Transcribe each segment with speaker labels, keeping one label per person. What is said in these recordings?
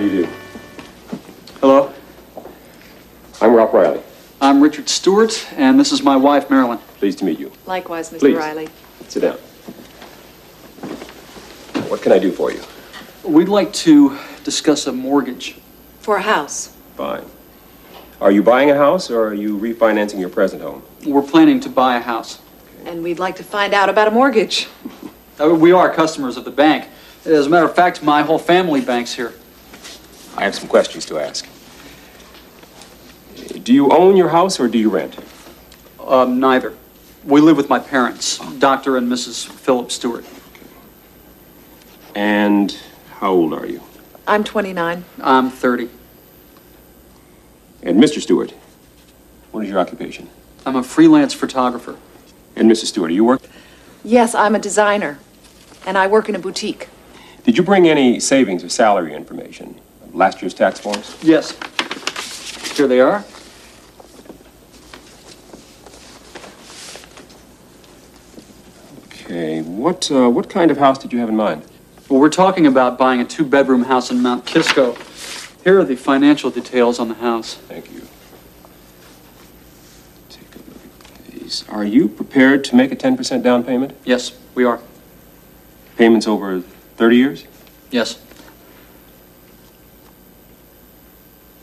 Speaker 1: you do.
Speaker 2: Hello,
Speaker 1: I'm Ralph Riley.
Speaker 2: I'm Richard Stewart, and this is my wife, Marilyn.
Speaker 1: Pleased to meet you.
Speaker 3: Likewise, Mr.
Speaker 1: Please.
Speaker 3: Riley.
Speaker 1: Sit down. What can I do for you?
Speaker 2: We'd like to discuss a mortgage.
Speaker 3: For a house.
Speaker 1: Fine. Are you buying a house or are you refinancing your present home?
Speaker 2: We're planning to buy a house.
Speaker 3: And we'd like to find out about a mortgage.
Speaker 2: Uh, We are customers of the bank. As a matter of fact, my whole family banks here.
Speaker 1: I have some questions to ask. Do you own your house or do you rent?
Speaker 2: Um, neither. We live with my parents, Dr. and Mrs. Philip Stewart.
Speaker 1: And how old are you?
Speaker 3: I'm 29.
Speaker 2: I'm 30.
Speaker 1: And Mr. Stewart, what is your occupation?
Speaker 2: I'm a freelance photographer.
Speaker 1: And Mrs. Stewart, do you work?
Speaker 3: Yes, I'm a designer, and I work in a boutique.
Speaker 1: Did you bring any savings or salary information? Last year's tax forms?
Speaker 2: Yes. Here they are.
Speaker 1: Okay, what, uh, what kind of house did you have in mind?
Speaker 2: Well, we're talking about buying a two-bedroom house in Mount Kisco. Here are the financial details on the house.
Speaker 1: Thank you. Take a look at these. Are you prepared to make a 10% down payment?
Speaker 2: Yes, we are.
Speaker 1: Payments over 30 years?
Speaker 2: Yes.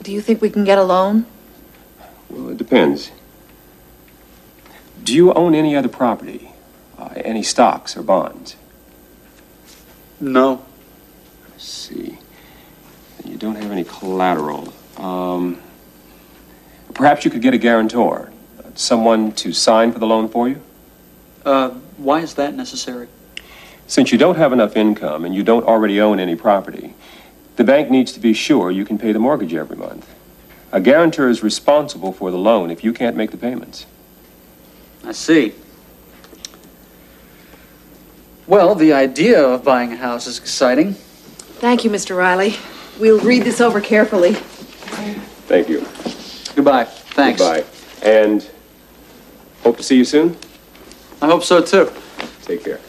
Speaker 3: Do you think we can get a loan?
Speaker 1: Well, it depends. Do you own any other property? Uh, any stocks or bonds?
Speaker 2: No.
Speaker 1: Let's see. You don't have any collateral. Um, perhaps you could get a guarantor, uh, someone to sign for the loan for you?
Speaker 2: Uh, why is that necessary?
Speaker 1: Since you don't have enough income and you don't already own any property, the bank needs to be sure you can pay the mortgage every month. A guarantor is responsible for the loan if you can't make the payments.
Speaker 2: I see. Well, the idea of buying a house is exciting.
Speaker 3: Thank you, Mr. Riley. We'll read this over carefully.
Speaker 1: Thank you.
Speaker 2: Goodbye. Thanks.
Speaker 1: Goodbye. And hope to see you soon.
Speaker 2: I hope so too.
Speaker 1: Take care.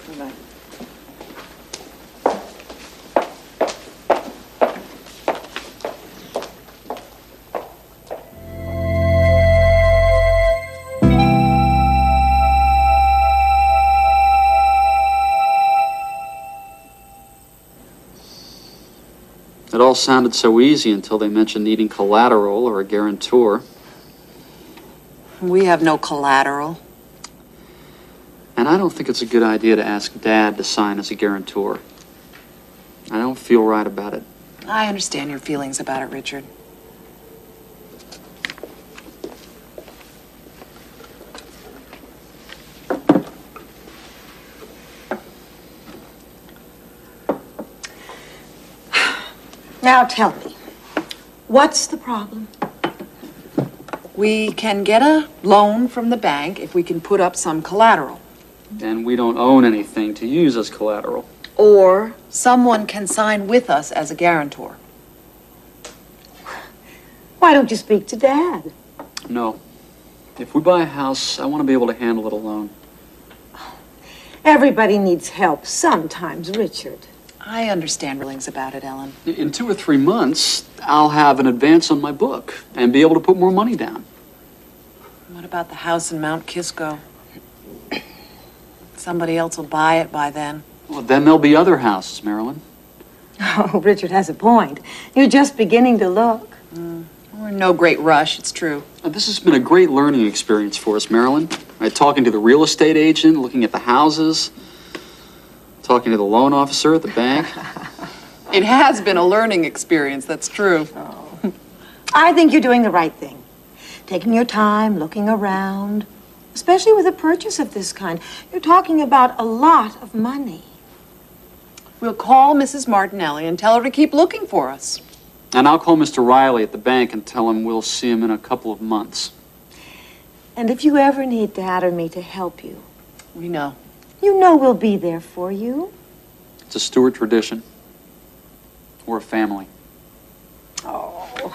Speaker 2: It all sounded so easy until they mentioned needing collateral or a guarantor.
Speaker 4: We have no collateral.
Speaker 2: And I don't think it's a good idea to ask Dad to sign as a guarantor. I don't feel right about it.
Speaker 4: I understand your feelings about it, Richard.
Speaker 5: Now tell me, what's the problem?
Speaker 4: We can get a loan from the bank if we can put up some collateral.
Speaker 2: And we don't own anything to use as collateral.
Speaker 4: Or someone can sign with us as a guarantor.
Speaker 5: Why don't you speak to Dad?
Speaker 2: No. If we buy a house, I want to be able to handle it alone.
Speaker 5: Everybody needs help sometimes, Richard.
Speaker 4: I understand your feelings about it, Ellen.
Speaker 2: In two or three months, I'll have an advance on my book and be able to put more money down.
Speaker 4: What about the house in Mount Kisco? Somebody else will buy it by then.
Speaker 2: Well, then there'll be other houses, Marilyn.
Speaker 5: Oh, Richard has a point. You're just beginning to look.
Speaker 4: We're in no great rush, it's true.
Speaker 2: Uh, This has been a great learning experience for us, Marilyn. Right, talking to the real estate agent, looking at the houses, talking to the loan officer at the bank.
Speaker 4: It has been a learning experience, that's true.
Speaker 5: I think you're doing the right thing. Taking your time, looking around, especially with a purchase of this kind. You're talking about a lot of money.
Speaker 4: We'll call Mrs. Martinelli and tell her to keep looking for us.
Speaker 2: And I'll call Mr. Riley at the bank and tell him we'll see him in a couple of months.
Speaker 5: And if you ever need Dad or me to help you,
Speaker 4: We know.
Speaker 5: you know we'll be there for you.
Speaker 2: It's a Stewart tradition. We're a family.
Speaker 5: Oh.